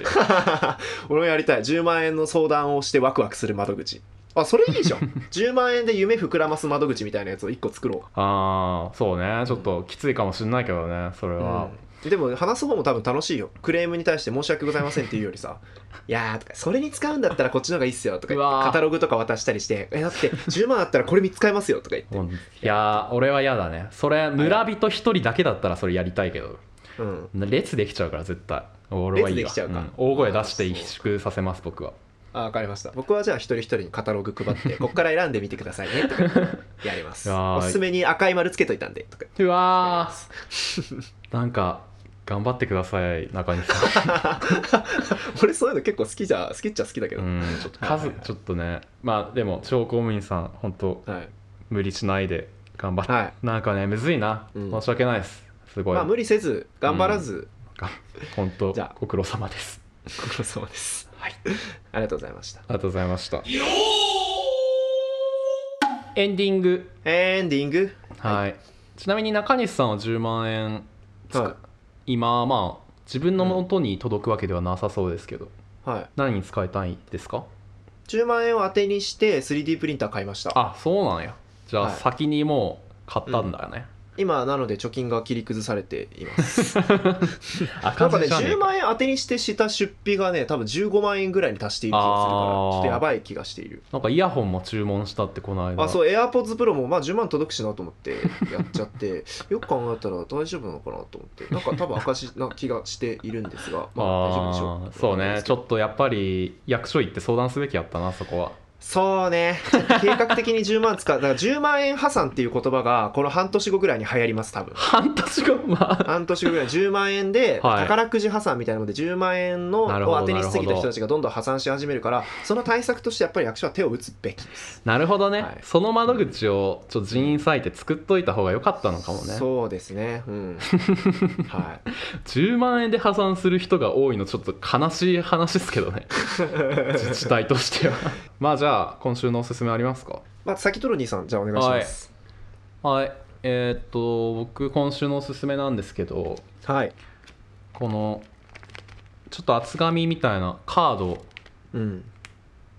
Speaker 2: 俺もやりたい10万円の相談をしてワクワクする窓口あそれいいじゃん 10万円で夢膨らます窓口みたいなやつを1個作ろ
Speaker 1: ああそうねちょっときついかもしんないけどねそれ
Speaker 2: う、
Speaker 1: は、
Speaker 2: うんでも話す方も多分楽しいよクレームに対して申し訳ございませんっていうよりさ「いやー」とか「それに使うんだったらこっちの方がいいっすよ」とか言
Speaker 1: う
Speaker 2: っ
Speaker 1: わー
Speaker 2: てカタログとか渡したりして「えだって10万あったらこれ見つかりますよ」とか言って
Speaker 1: もういやー俺は嫌だねそれ村人一人だけだったらそれやりたいけど
Speaker 2: うん、
Speaker 1: 列できちゃうから絶対俺はいいわ
Speaker 2: 列できちゃうか
Speaker 1: ん大声出して
Speaker 2: あー
Speaker 1: 萎縮させます僕は
Speaker 2: あ分かりました僕はじゃあ一人一人にカタログ 配って「こっから選んでみてくださいね」とかやります
Speaker 1: いやー
Speaker 2: おすすめに赤い丸つけといたんでとか
Speaker 1: うわーなんか頑張ってください中西さ
Speaker 2: 俺そういうの結構好きじゃ好きっ ちゃ好きだけ
Speaker 1: ん
Speaker 2: ど、
Speaker 1: うんちょっと
Speaker 2: はいはい
Speaker 1: 数
Speaker 2: はい
Speaker 1: ちょっとねまあでも超公務員さん本当
Speaker 2: はい、
Speaker 1: 無理しないで頑張って、
Speaker 2: はい
Speaker 1: なんかねむずいな、
Speaker 2: うん
Speaker 1: 申し訳ないですすごい、
Speaker 2: まあ無理せず頑張らず、
Speaker 1: 本当
Speaker 2: じゃあ
Speaker 1: ご苦労様です
Speaker 2: ご苦労様です
Speaker 1: はい
Speaker 2: ありがとうございました
Speaker 1: ありがとうございましたエンディング
Speaker 2: エンディング
Speaker 1: はい、
Speaker 2: は
Speaker 1: ちなみに中西さんは10万円
Speaker 2: は
Speaker 1: 今まあ自分の元に届くわけではなさそうですけど、
Speaker 2: い、はい、
Speaker 1: 何に使いたいですか
Speaker 2: 10万円を当てにして 3D プリンター買いました
Speaker 1: あそうなんやじゃあ
Speaker 2: はい
Speaker 1: 先にもう買ったんだよね、
Speaker 2: 今なので貯金が切り崩されてい ます
Speaker 1: あ
Speaker 2: なん
Speaker 1: 感
Speaker 2: か
Speaker 1: じ
Speaker 2: ね
Speaker 1: じゃねえ
Speaker 2: 10万円当てにしてした出費がね多分15万円ぐらいに達している気がするから
Speaker 1: あー
Speaker 2: ちょっとやばい気がしている
Speaker 1: なんかイヤホンも注文したってこの間
Speaker 2: あそう AirPods Pro もまあ10万届くしなと思ってやっちゃって よく考えたら大丈夫なのかなと思ってなんか多分赤字な気がしているんですがまあ大丈夫でしょ
Speaker 1: あーそうねちょ
Speaker 2: と
Speaker 1: っとやっぱり役所行って相談すべきやったなそこは
Speaker 2: そうねちょっと計画的に10万使うだから10万円破産っていう言葉がこの半年後ぐらいに流行ります多分
Speaker 1: 半年後ま
Speaker 2: 半年後ぐらい10万円で
Speaker 1: はい
Speaker 2: 宝くじ破産みたいなので10万円のを
Speaker 1: なるほど
Speaker 2: 当てにしすぎ
Speaker 1: なるほ
Speaker 2: た
Speaker 1: ど
Speaker 2: 人たちがどんどん破産し始めるからその対策としてやっぱり役所は手を打つべきです
Speaker 1: あなるほどね、
Speaker 2: はい
Speaker 1: その窓口をちょっと人員割いて作っといた方が良かったのかもね
Speaker 2: そうですねうんはい
Speaker 1: 10万円で破産する人が多いのちょっと悲しい話ですけど ね自治体と してはまあじゃあ今週のおすすめありますか
Speaker 2: まあ先トロニーさんじゃあお願いします
Speaker 1: はいえーっと僕今週のおすすめなんですけど
Speaker 2: はい
Speaker 1: このちょっと厚紙みたいなカード
Speaker 2: うん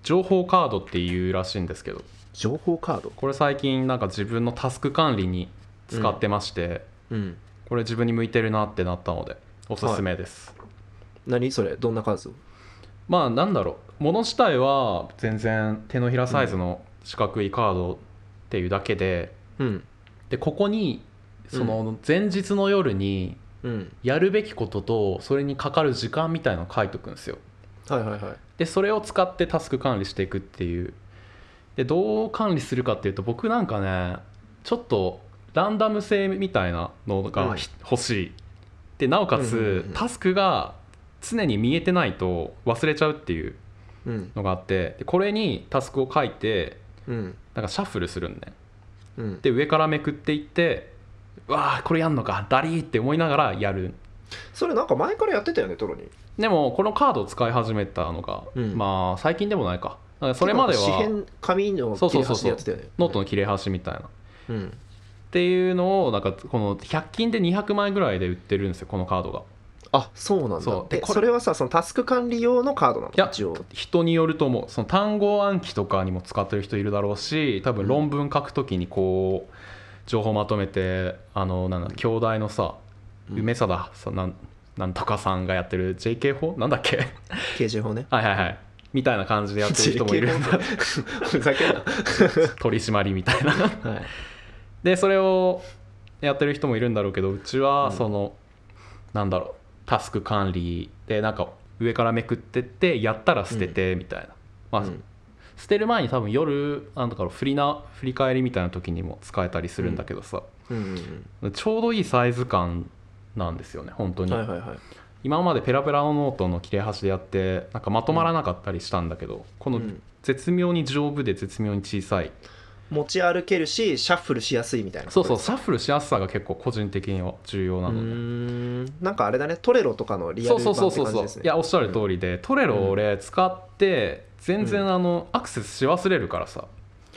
Speaker 1: 情報カードっていうらしいんですけど
Speaker 2: 情報カード
Speaker 1: これ最近なんか自分のタスク管理に使ってまして、
Speaker 2: うん
Speaker 1: これ自分に向いてるなってなったのでおすすめです、
Speaker 2: 何それどんなカード
Speaker 1: まあなんだろうもの自体は全然手のひらサイズの四角いカードっていうだけで、
Speaker 2: うん
Speaker 1: でここにその前日の夜に
Speaker 2: うん
Speaker 1: やるべきこととそれにかかる時間みたいのを書いとくんですよ
Speaker 2: はいはいはい
Speaker 1: でそれを使ってタスク管理していくっていうでどう管理するかっていうと僕なんかねちょっとランダム性みたいなの
Speaker 2: う
Speaker 1: が
Speaker 2: ん
Speaker 1: ひ欲しいでなおか
Speaker 2: うんうん
Speaker 1: つ
Speaker 2: うん
Speaker 1: タスクが常に見えてないと忘れちゃうっていう
Speaker 2: うん
Speaker 1: のがあってでこれにタスクを書いて
Speaker 2: うん
Speaker 1: なんかシャッフルするんね
Speaker 2: うん
Speaker 1: で上からめくっていってうわあこれやんのかダリーって思いながらやる
Speaker 2: それなんか前からやってたよねトロニー
Speaker 1: でもこのカードを使い始めたのが、
Speaker 2: うん
Speaker 1: まあ最近でもないかだからそれまで
Speaker 2: 紙
Speaker 1: は
Speaker 2: 片紙の
Speaker 1: そうそうそうそう
Speaker 2: 切れ端でやってたよね
Speaker 1: ノートの切れ端みたいな
Speaker 2: うん
Speaker 1: っていうのをなんかこの100均で200枚ぐらいで売ってるんですよこのカードが
Speaker 2: あそうなんだ
Speaker 1: そうで
Speaker 2: え
Speaker 1: これ
Speaker 2: それはさそのタスク管理用のカードなの
Speaker 1: いや
Speaker 2: 一応
Speaker 1: 人によると思うその単語暗記とかにも使ってる人いるだろうし多分論文書くときにこう情報まとめてあのなんだ京大のさ
Speaker 2: うん
Speaker 1: 梅貞さんなんなんとかさんがやってる JK 法なんだっけ
Speaker 2: 刑事法ね
Speaker 1: はいはいはいみたいな感じでやってる人もいるんだ
Speaker 2: ふざけんな
Speaker 1: 取り締まりみたいな
Speaker 2: はい
Speaker 1: でそれをやってる人もいるんだろうけどうち
Speaker 2: う
Speaker 1: は
Speaker 2: ん
Speaker 1: その、なんだろうタスク管理でなんか上からめくってってやったら捨ててみたいな、まあ
Speaker 2: うん
Speaker 1: 捨てる前に多分夜なんだろう振りな振り返りみたいな時にも使えたりするんだけどさ、
Speaker 2: うん
Speaker 1: ちょうどいいサイズ感なんですよね本当
Speaker 2: うん
Speaker 1: に、
Speaker 2: はいはいはい
Speaker 1: 今までペラペラのノートの切れ端でやってなんかまとまらなかったりしたんだけど、この
Speaker 2: うん
Speaker 1: 絶妙に丈夫で絶妙に小さい
Speaker 2: 持ち歩けるしシャッフルしやすいみたいな
Speaker 1: そうそうシャッフルしやすさが結構個人的には重要な
Speaker 2: う
Speaker 1: ので、
Speaker 2: んなんかあれだねトレロとかのリア
Speaker 1: そ
Speaker 2: ル
Speaker 1: う
Speaker 2: 版
Speaker 1: そう
Speaker 2: って
Speaker 1: そ
Speaker 2: 感
Speaker 1: うそう
Speaker 2: じ
Speaker 1: そう
Speaker 2: ですね
Speaker 1: いやおっしゃる通りで、トレロ俺使って全
Speaker 2: う
Speaker 1: 然あのアクセスし忘れるからさ、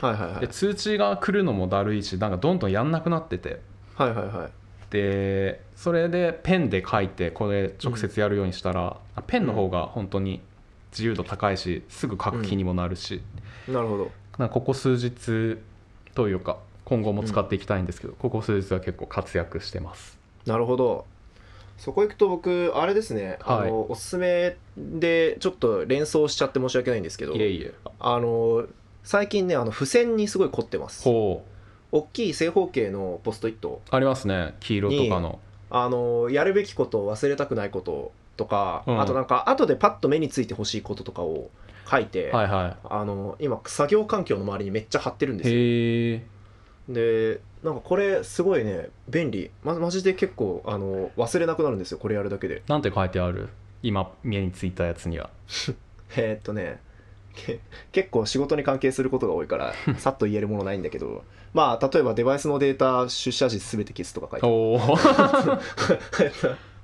Speaker 2: はいはいはい
Speaker 1: で通知が来るのもだるいしなんかどんどんやんなくなってて
Speaker 2: はいはいはい
Speaker 1: でそれでペンで書いてこれ直接やるようにしたら、あペンの方が本当に自由度高いしすぐ書く気にもなるし、
Speaker 2: なるほど
Speaker 1: なんかここ数日というか今後も使っていきたいんですけど、ここ数日は結構活躍してます
Speaker 2: なるほどそこ行くと僕あれですね、
Speaker 1: はい
Speaker 2: あのおすすめでちょっと連想しちゃって申し訳ないんですけど
Speaker 1: いえいえ
Speaker 2: あの最近ねあの付箋にすごい凝ってます
Speaker 1: ほう
Speaker 2: 大きい正方形のポストイット
Speaker 1: ありますね黄色とかの
Speaker 2: あのやるべきこと忘れたくないこととか、
Speaker 1: うん
Speaker 2: あとなんか後でパッと目についてほしいこととかを書いて、
Speaker 1: はいは
Speaker 2: あの今作業環境の周りにめっちゃ貼ってるんで
Speaker 1: い
Speaker 2: すよ
Speaker 1: へえ
Speaker 2: でなんかこれすごいね便利まマジで結構あの忘れなくなるんですよこれやるだけで
Speaker 1: なんて書いてある今目についたやつには
Speaker 2: えーっとねけ結構仕事に関係することが多いから さっと言えるものないんだけどまあ例えばデバイスのデータ出社時すべて消すとか書いてある
Speaker 1: おお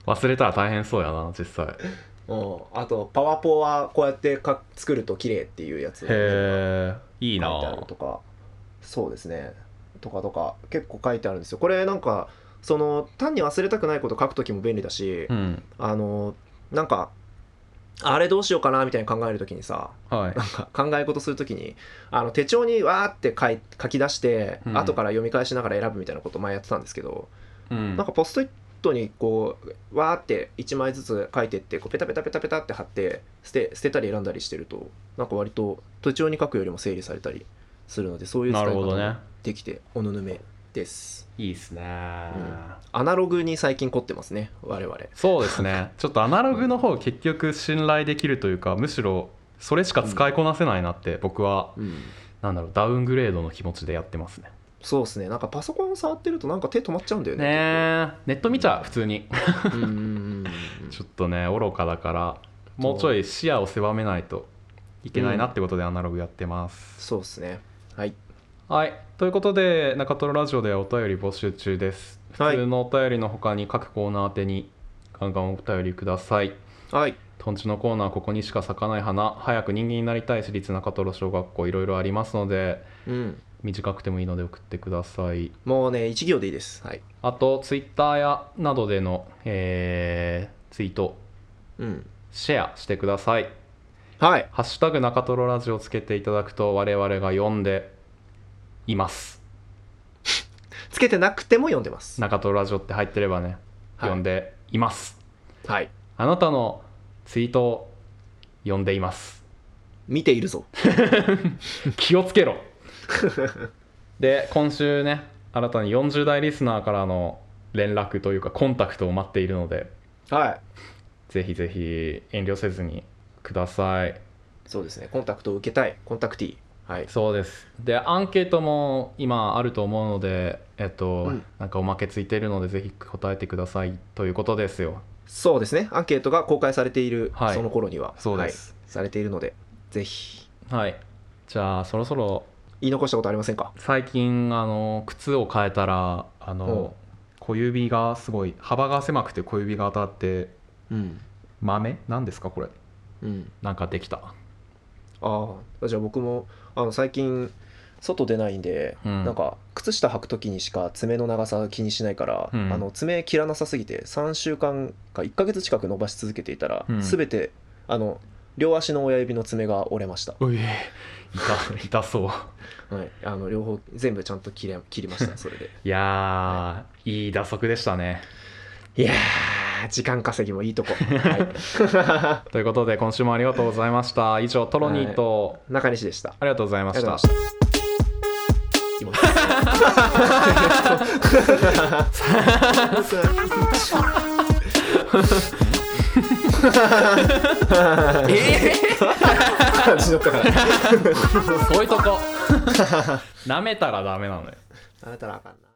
Speaker 1: 忘れたら大変そうやな実際
Speaker 2: うん、あとパワポはこうやってか作ると綺麗っていうやつ
Speaker 1: へえいい
Speaker 2: 書いて
Speaker 1: な
Speaker 2: あるとかそうですねとかとか結構書いてあるんですよこれなんかその単に忘れたくないこと書くときも便利だし、
Speaker 1: うん
Speaker 2: あのなんかあれどうしようかなみたいに考えるときにさ
Speaker 1: はい
Speaker 2: なんか考え事するときにあの手帳にわーって書い書き出して、
Speaker 1: うん
Speaker 2: 後から読み返しながら選ぶみたいなこと前やってたんですけど、
Speaker 1: うん
Speaker 2: なんかポストイットにこうわーって1枚ずつ書いてってこうペタペタペタペタって貼って捨て捨てたり選んだりしてるとなんか割と途中に書くよりも整理されたりするのでそういう
Speaker 1: な
Speaker 2: 使
Speaker 1: いる
Speaker 2: 方
Speaker 1: ほどね
Speaker 2: もできておぬぬめです
Speaker 1: いいっすね、
Speaker 2: アナログに最近凝ってますね我々
Speaker 1: そうです ねちょっとアナログの方結局信頼できるというかむしろそれしか使いこなせないなって僕は
Speaker 2: うん
Speaker 1: なんだろうダウングレードの気持ちでやってますね
Speaker 2: そうですねなんかパソコン触ってるとなんか手止まっちゃうんだよ
Speaker 1: ね
Speaker 2: ね
Speaker 1: えネット見ちゃう普通に
Speaker 2: うんうんうんうん
Speaker 1: ちょっとね愚かだからもうちょい視野を狭めないといけないなってことでアナログやってます、
Speaker 2: そうですねはい
Speaker 1: はいということで中トロラジオではお便り募集中です
Speaker 2: はい
Speaker 1: 普通のお便りの他に各コーナー宛てにガンガンお便りください
Speaker 2: はい
Speaker 1: とんちのコーナーここにしか咲かない花早く人間になりたい私立中トロ小学校いろいろありますので
Speaker 2: うん
Speaker 1: 短くてもいいので送ってください
Speaker 2: もうね一行でいいですはい
Speaker 1: あとツイッターやなどでの、えーツイート
Speaker 2: うん
Speaker 1: シェアしてください
Speaker 2: はい
Speaker 1: ハッシュタグ中トロラジオつけていただくと我々が読んでいます
Speaker 2: つけてなくても読んでます
Speaker 1: 中トロラジオって入ってればね、
Speaker 2: はい
Speaker 1: 読んでいます
Speaker 2: はい
Speaker 1: あなたのツイートを読んでいます
Speaker 2: 見ているぞ
Speaker 1: 気をつけろで今週ね新たに40代リスナーからの連絡というかコンタクトを待っているので
Speaker 2: はい
Speaker 1: ぜひぜひ遠慮せずにください
Speaker 2: そうですねコンタクトを受けたいコンタクティーはい
Speaker 1: そうですでアンケートも今あると思うのでえっと、
Speaker 2: うん
Speaker 1: なんかおまけついてるのでぜひ答えてくださいということですよ
Speaker 2: そうですねアンケートが公開されている、
Speaker 1: はい
Speaker 2: その頃には
Speaker 1: そうです
Speaker 2: はいされているのでぜひ
Speaker 1: はいじゃあそろそろ
Speaker 2: 言い残したことありませんか
Speaker 1: 最近あの靴を変えたらあの小指がすごい幅が狭くて小指が当たって
Speaker 2: うん
Speaker 1: 豆なんですかこれ
Speaker 2: うん
Speaker 1: なんかできた
Speaker 2: ああじゃあ僕もあの最近外出ないんで、
Speaker 1: うん
Speaker 2: なんか靴下履く時にしか爪の長さ気にしないから、
Speaker 1: うん
Speaker 2: あの爪切らなさすぎて3週間か1ヶ月近く伸ばし続けていたら、
Speaker 1: うん
Speaker 2: 全てあの両足の親指の爪が折れました、
Speaker 1: うえ痛痛そう
Speaker 2: はい、あの両方全部ちゃんと切れ切りま したそれで
Speaker 1: いやー、いい打足でしたね
Speaker 2: いやー、時間稼ぎもいいとこ。 は
Speaker 1: ということで今週もありがとうございました以上トロニーと、
Speaker 2: い、中西 でした。
Speaker 1: ありがとうございま
Speaker 2: あり
Speaker 1: し
Speaker 2: がとう
Speaker 1: た
Speaker 2: ございました。え
Speaker 1: え
Speaker 2: 感じのったから。
Speaker 1: ー、そういうとこ 舐めたらダメなのよ
Speaker 2: あなたらあかんな。